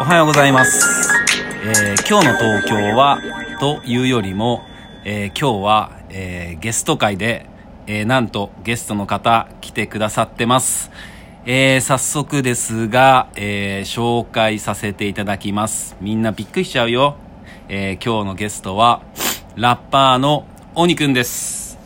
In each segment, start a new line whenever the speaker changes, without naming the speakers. おはようございます、えー今日の東京はというよりも、えー今日は、えーゲスト会で、えーなんとゲストの方来てくださってます、えー早速ですが、えー紹介させていただきますみんなびっくりしちゃうよ、えー今日のゲストはラッパーの鬼くんです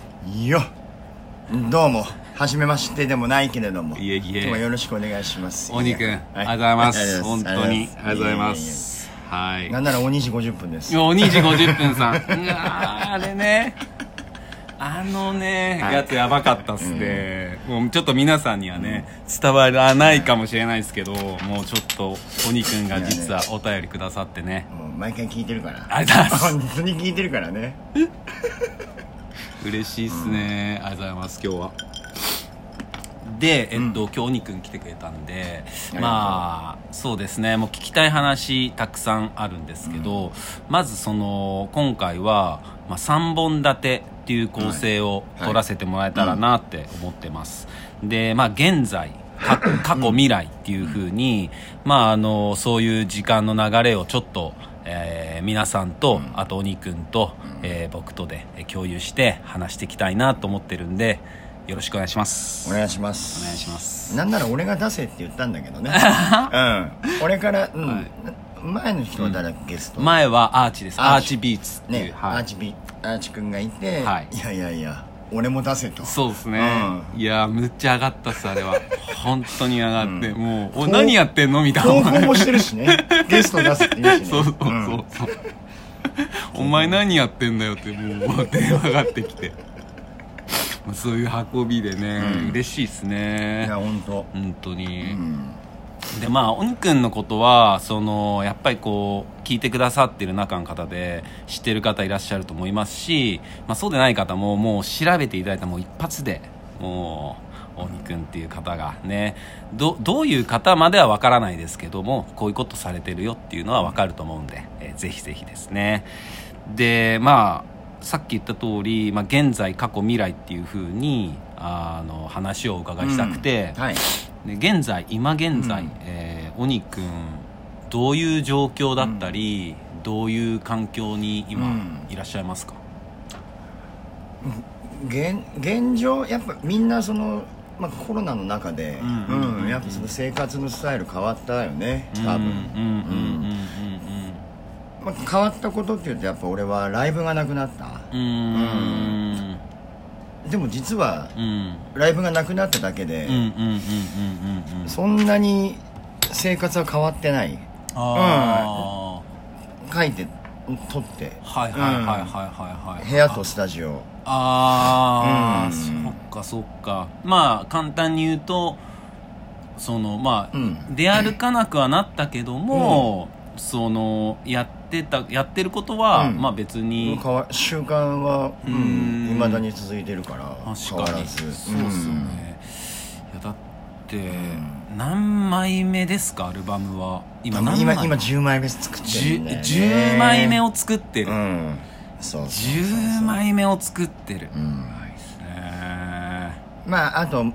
よっどうも初めましてでもないけれども
いえいえ
今日はよろしくお願いします
鬼くん、
は
ありがとうございま
あり
す
がとう
本
ござい
当
ます
にありがとうございま
いえいえいえ
すはい
なんならお2時50分です
お2時50分さん うわーあれねあのね、
はい
やつやばかったっすね、もうちょっと皆さんにはね、伝わらないかもしれないですけどもうちょっと鬼くんが実はお便りくださってね
もう毎回聞いてるから
ありがとうござい
本当に聞いてるからね
嬉しいっすね、ありがとうございます今日はで、えっと今日鬼くん来てくれたんで
りがとう
まあそうですねもう聞きたい話たくさんあるんですけど、まずその今回は、まあ、3本立てっていう構成を
はい
取らせてもらえたらなって思ってます、でまあ現在 過去過去未来っていうふうに、まああのそういう時間の流れをちょっと、えー皆さんと、あと鬼くんと、えー僕とでえー共有して話していきたいなと思ってるんでよろしくお願いします
お願いします
お願いします
なんなら俺が出せって言ったんだけ どねうん俺から、うん前の人は誰だっけゲスト、
前はアーチですアー
アーチ
チビーツっていう、
ね、
は
ア
い
ーチビアーチ君がいて、
はい
やいやいや俺も出せと
そうですね、いやーむっちゃ上がったっすあれは本当に上がって、もうお
こう
何やってんのみたいな
投稿もしてるしねゲスト出すって言うし ね
そうそうそう
うん
そう、お前何やってんだよってもう電話がかってき てまあそういう運びでね、嬉しいっす
い
ね
や本当
本当に、
うん
でまあ鬼くんのことはそのやっぱりこう聞いてくださってる中の方で知ってる方いらっしゃると思いますし、まあ、そうでない方ももう調べていただいたらもう一発でもう鬼くんっていう方がねどどういう方まではわからないですけどもこういうことされてるよっていうのはわかると思うんで、えーぜひぜひですねでまあさっき言った通り、まあ、現在過去未来っていうふうにあの話をお伺いしたくて、
はい
で現在今現在、
うん
えー、鬼くんどういう状況だったり、どういう環境に
う
今
ん
いらっしゃいますか、
現現状やっぱみんなその、まあ、コロナの中で、
うんうんうんうん
うんやっぱその生活のスタイル変わったよね
うん、
多分、
うんうん
まあ、変わったことっていうとやっぱ俺はライブがなくなった
うんうんうんうん
でも実は
うんうん
ライブがなくなっただけで、
うんうんうんうんうん
そんなに生活は変わってない
あ
書いて撮って
あはいはいはいはいはいはい
部屋とスタジオ
ああ、
うん
そっかそっかまあ簡単に言うとそのまあ、
うん
出歩かなくはなったけども、そのやってたやってることは、
うん
まあ別に
変わ習慣はいう
うん
ん未だに続いてるから変
確
わ
からに
ず
そうっすよ
うん
ね、いやだって何枚目ですかアルバムは今
今
何
今
枚
10枚目作ってるんだよ、ね、
10枚目を作ってる、
うんそうそうそう
10枚目を作ってる、
うん
ないっすね
まああと、
うん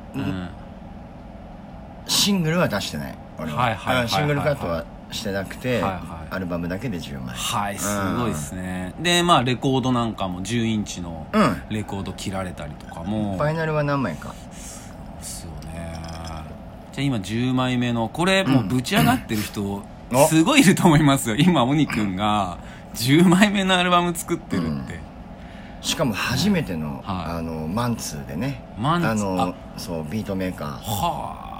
シングルは出してない俺
はいはいはいはいはい
シングルカットはしてなく
は
て、
いはい
アルバムだけで10枚
はいすごいですね、でまあレコードなんかも10インチの
うん
レコード切られたりとかも
ファイナルは何枚か
ですよねじゃあ今10枚目のこれもうぶち上がってる人
うんお
すごいいると思いますよ今鬼くんが10枚目のアルバム作ってるって、
しかも初めて
はい
の,、あのマンツーでね
マンツー
あのそうビートメーカー
は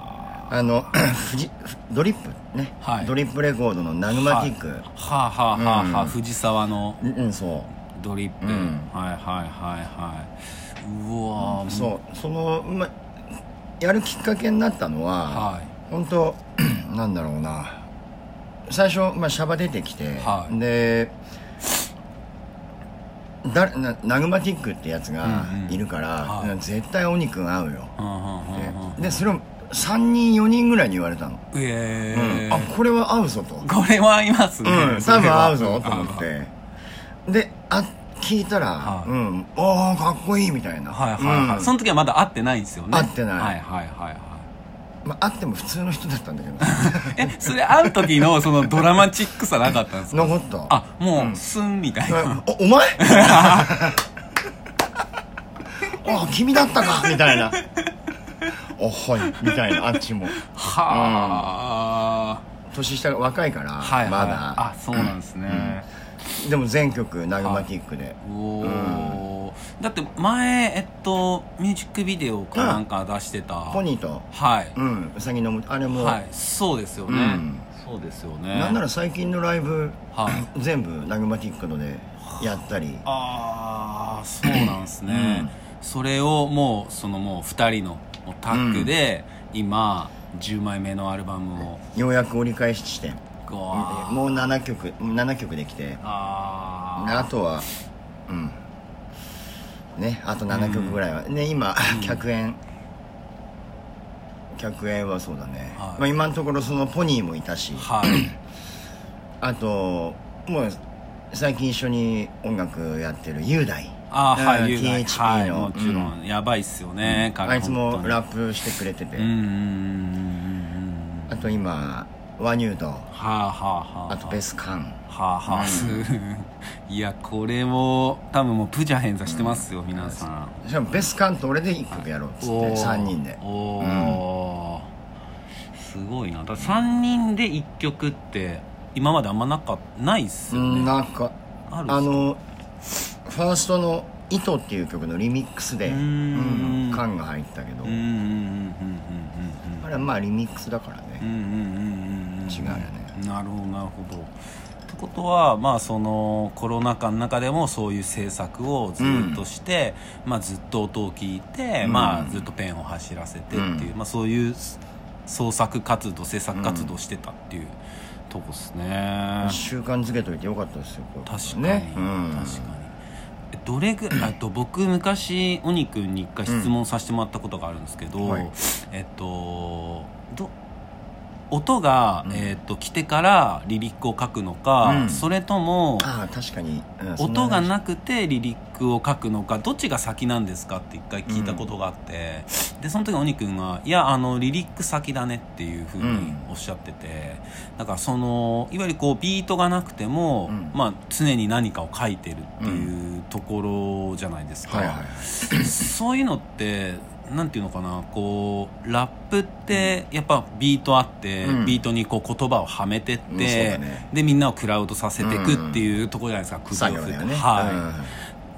あの 富士ドリップね、
はい
ドリップレコードのナグマティック、
あはあはあはあはあ、
うん
藤沢の
うんうんそ
ドリップ、
うん
はいはいはいはいうわー
うそうその、ま、やるきっかけになったのは、
はい
本当 なんだろうな最初、まあ、シャバ出てきて、
はい
でだなナグマティックってやつが
うんうん
いるから、
はい
絶対鬼くん合うよ、
うんうんうんうん
ででそれを3人4人ぐらいに言われたの、
え
う
ー
んあこれは合うぞと、
これは合いますね、
うん、
それ
多
は
分合うぞと思ってであ聞いたら、
はい
うん、おーかっこいいみたいな、
はいはいはい、
うん
その時はまだ会ってないんですよね
会ってない
はいはいはいは
まあ、あっても普通の人だったんだけど
えそれ会う時のそのドラマチックさなかったん ですか
残った
あもうすんみたいな、
おお 前あ君だったかみたいなあはいみたいなあっちも
はあ、
年下が若いから、
はいはい
まだ
あそうなんですね、
でも全曲ナグマティックで
おーだって前えっとミュージックビデオかなんか出してた、
ポニーと
はい、
うんうさぎのもあれも、
はいそうですよね、
うん
そうですよね
なんなら最近のライブ、
はい
全部ナグマティックのでやったり
ああそうなんですね、それをもうそのもう2人のもうタッグで、今10枚目のアルバムを
ようやく折り返し地点
こう
もう7曲7曲できて
あー
あとはうんねあと7曲ぐらいは、ね今客演客演はそうだね、
はい
まあ、今のところそのポニーもいたし
はい
あともう最近一緒に音楽やってる雄大
あー
う
は
ん
い
THP
はい
の
もちろん、やばいっすよね、彼
あいつも
本当に
ラップしてくれてて、
うんうんうんうんうん
あと今ワニュード
はあはあはあ
あとベスカン
はあはあ、す いやこれも多分もうプジャ偏差してますよ、皆さん
しかもベスカンと俺で1曲やろうっつって
おー
3人で
おーすごいなだ3人で1曲って今まであんまなかないっす
う
よね、
んなんか
あるっす
あのファーストの「糸」っていう曲のリミックスで
う
う
ーん
ん缶が入ったけど
うんうんうん
あれはまあリミックスだから
うんうんうんうんうん
ね
うんうん
違うよね
なるほどなるほどってことはまあそのコロナ禍の中でもそういう制作をずっとして、まあずっと音を聞いて、
うん
まあずっとペンを走らせてっていう、まあそういう創作活動制作活動してたっていうとこっすね、
1週間づけといてよかったですよこれ
確かに、
ねうん
確かにえどれ ぐらいと僕昔おにくんに一回質問させてもらったことがあるんですけど、
うんはい
えっとど音が、
うん
えっと来てからリリックを書くのか、
うん
それとも
ああ確かにうんそん
音が
話
なくてリリックを書くのかどっちが先なんですかって一回聞いたことがあって、でその時鬼くんが「いやあのリリック先だね」っていうふうにおっしゃってて、だからそのいわゆるこうビートがなくても、
うん
まあ、常に何かを書いてるっていうところじゃないですか、
はいは い
そういうのってなんていうのかなこうラップってやっぱビートあって、
うん
ビートにこう言葉をはめてって、
うんそうだね
でみんなをクラウドさせていくっていうところじゃないですか、工
作
夫
業
す
だ
る
よね
はい、
うん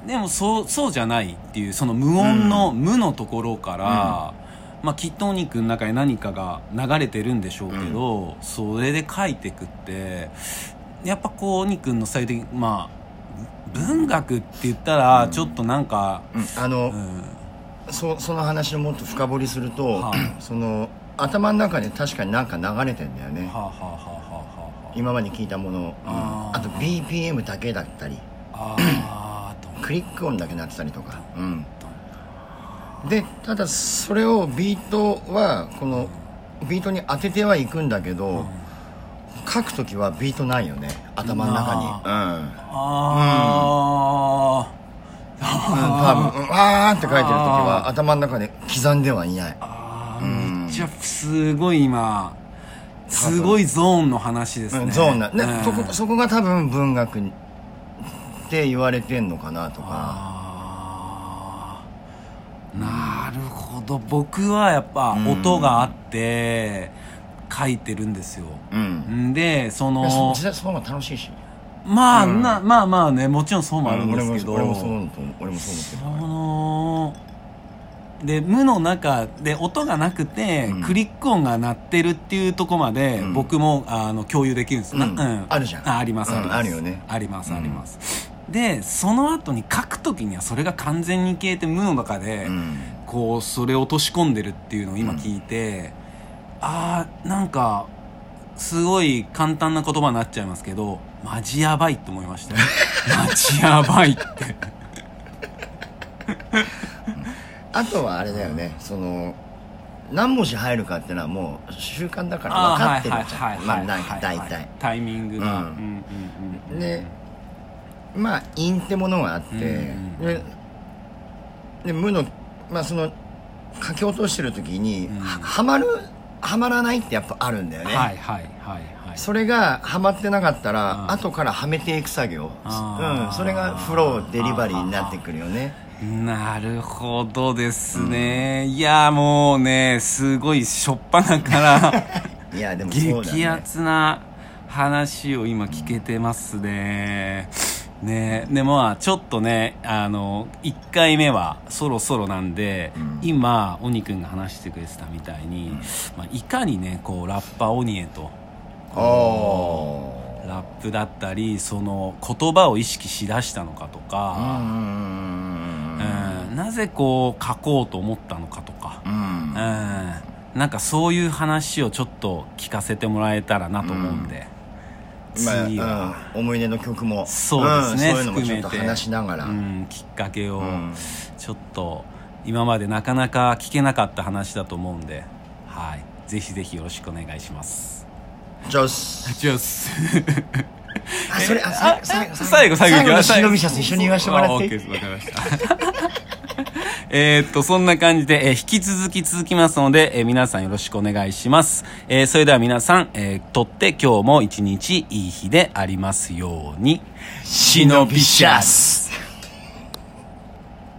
でもそうそうじゃないっていうその無音の無のところから、まあ、きっとお肉の中に何かが流れてるんでしょうけど、それで書いてくってやっぱこうお肉の最的にまあ文学って言ったらちょっとなんか、
うんあ
う
の
ん
そその話をもっと深掘りすると、
はい
その頭の中で確かになんか流れてんだよね
はあはあはあはあは
今まで聞いたもの、うん
あ
あ
ー
と BPM だけだったり
ああーと
クリック音だけ鳴ってたりとか、うん、でただそれをビートはこのビートに当ててはいくんだけど、書く時はビートないよね頭の中に
う
うん
ああ、
うん、多分うんわーって書いてる時は頭の中で刻んではいない
あーめっちゃすごい今すごいゾーンの話です
うん
ね
ゾーンな、ね
うん
そこそこが多分文学って言われてんのかなとか
あーなるほど僕はやっぱ音があって書いてるんですよ
うん
んでそ
いやそ
の
実際その方が楽しいし
まあなまあまあねもちろんそうもあるんですけど
俺も俺もそう思う俺もそう
そ
思ってる
ので無の中で音がなくて、
うん
クリック音が鳴ってるっていうとこまで、
うん
僕もあの共有できるんです、な
うんあるじゃん
ああります
うん
あります、
あるよね
あります
うん
あります、でその後に書く時にはそれが完全に消えて無の中で、
うん
こうそれを落とし込んでるっていうのを今聞いて、ああなんかすごい簡単な言葉になっちゃいますけどマジやばいって思いま したよマジやばいって
あとはあれだよね、その何文字入るかってのはもう習慣だから分かってるじゃんまあなんか大体
タイミングが、
うん
うんうんうん
でまあ陰ってものがあって、
うんうん
でで無のまあその書き落としてる時に、
うん
ははまるはまらないってやっぱあるんだよね、
はいはいはいはい
それがはまってなかったら、
うん
後からはめていく作業、
あー
うん、それがフローデリバリーになってくるよね
なるほどですね、いやもうねすごいしょっぱなから
いやでもそうだ、ね、
激アツな話を今聞けてますねねでもまあちょっとねあの1回目はそろそろなんで、
うん
今鬼くんが話してくれてたみたいに、まあ、いかにねこうラッパ鬼へと
おお
ラップだったりその言葉を意識しだしたのかと
うんう
か、
ん
うんなぜこう書こうと思ったのかとか、
うんうんうん
うんなんかそういう話をちょっと聞かせてもらえたらなと思うんで、次は、
まあうん、思い出の曲も
そうですね
んそういうのもちょっと
含めて
話しながら、
うん、きっかけを
うん
ちょっと今までなかなか聞けなかった話だと思うんで、はい、ぜひぜひよろしくお願いします。
じゃあす
チュース
あそれあさ最後
最後、最後、
最後の忍びシャツ一緒に言わせてもらってい
あ OK
い
ですわかりました。 えーっと、そんな感じで、えー引き続き続きますので、えー皆さんよろしくお願いします。えーそれでは皆さん、えーとって今日も一日いい日でありますように、忍びシャス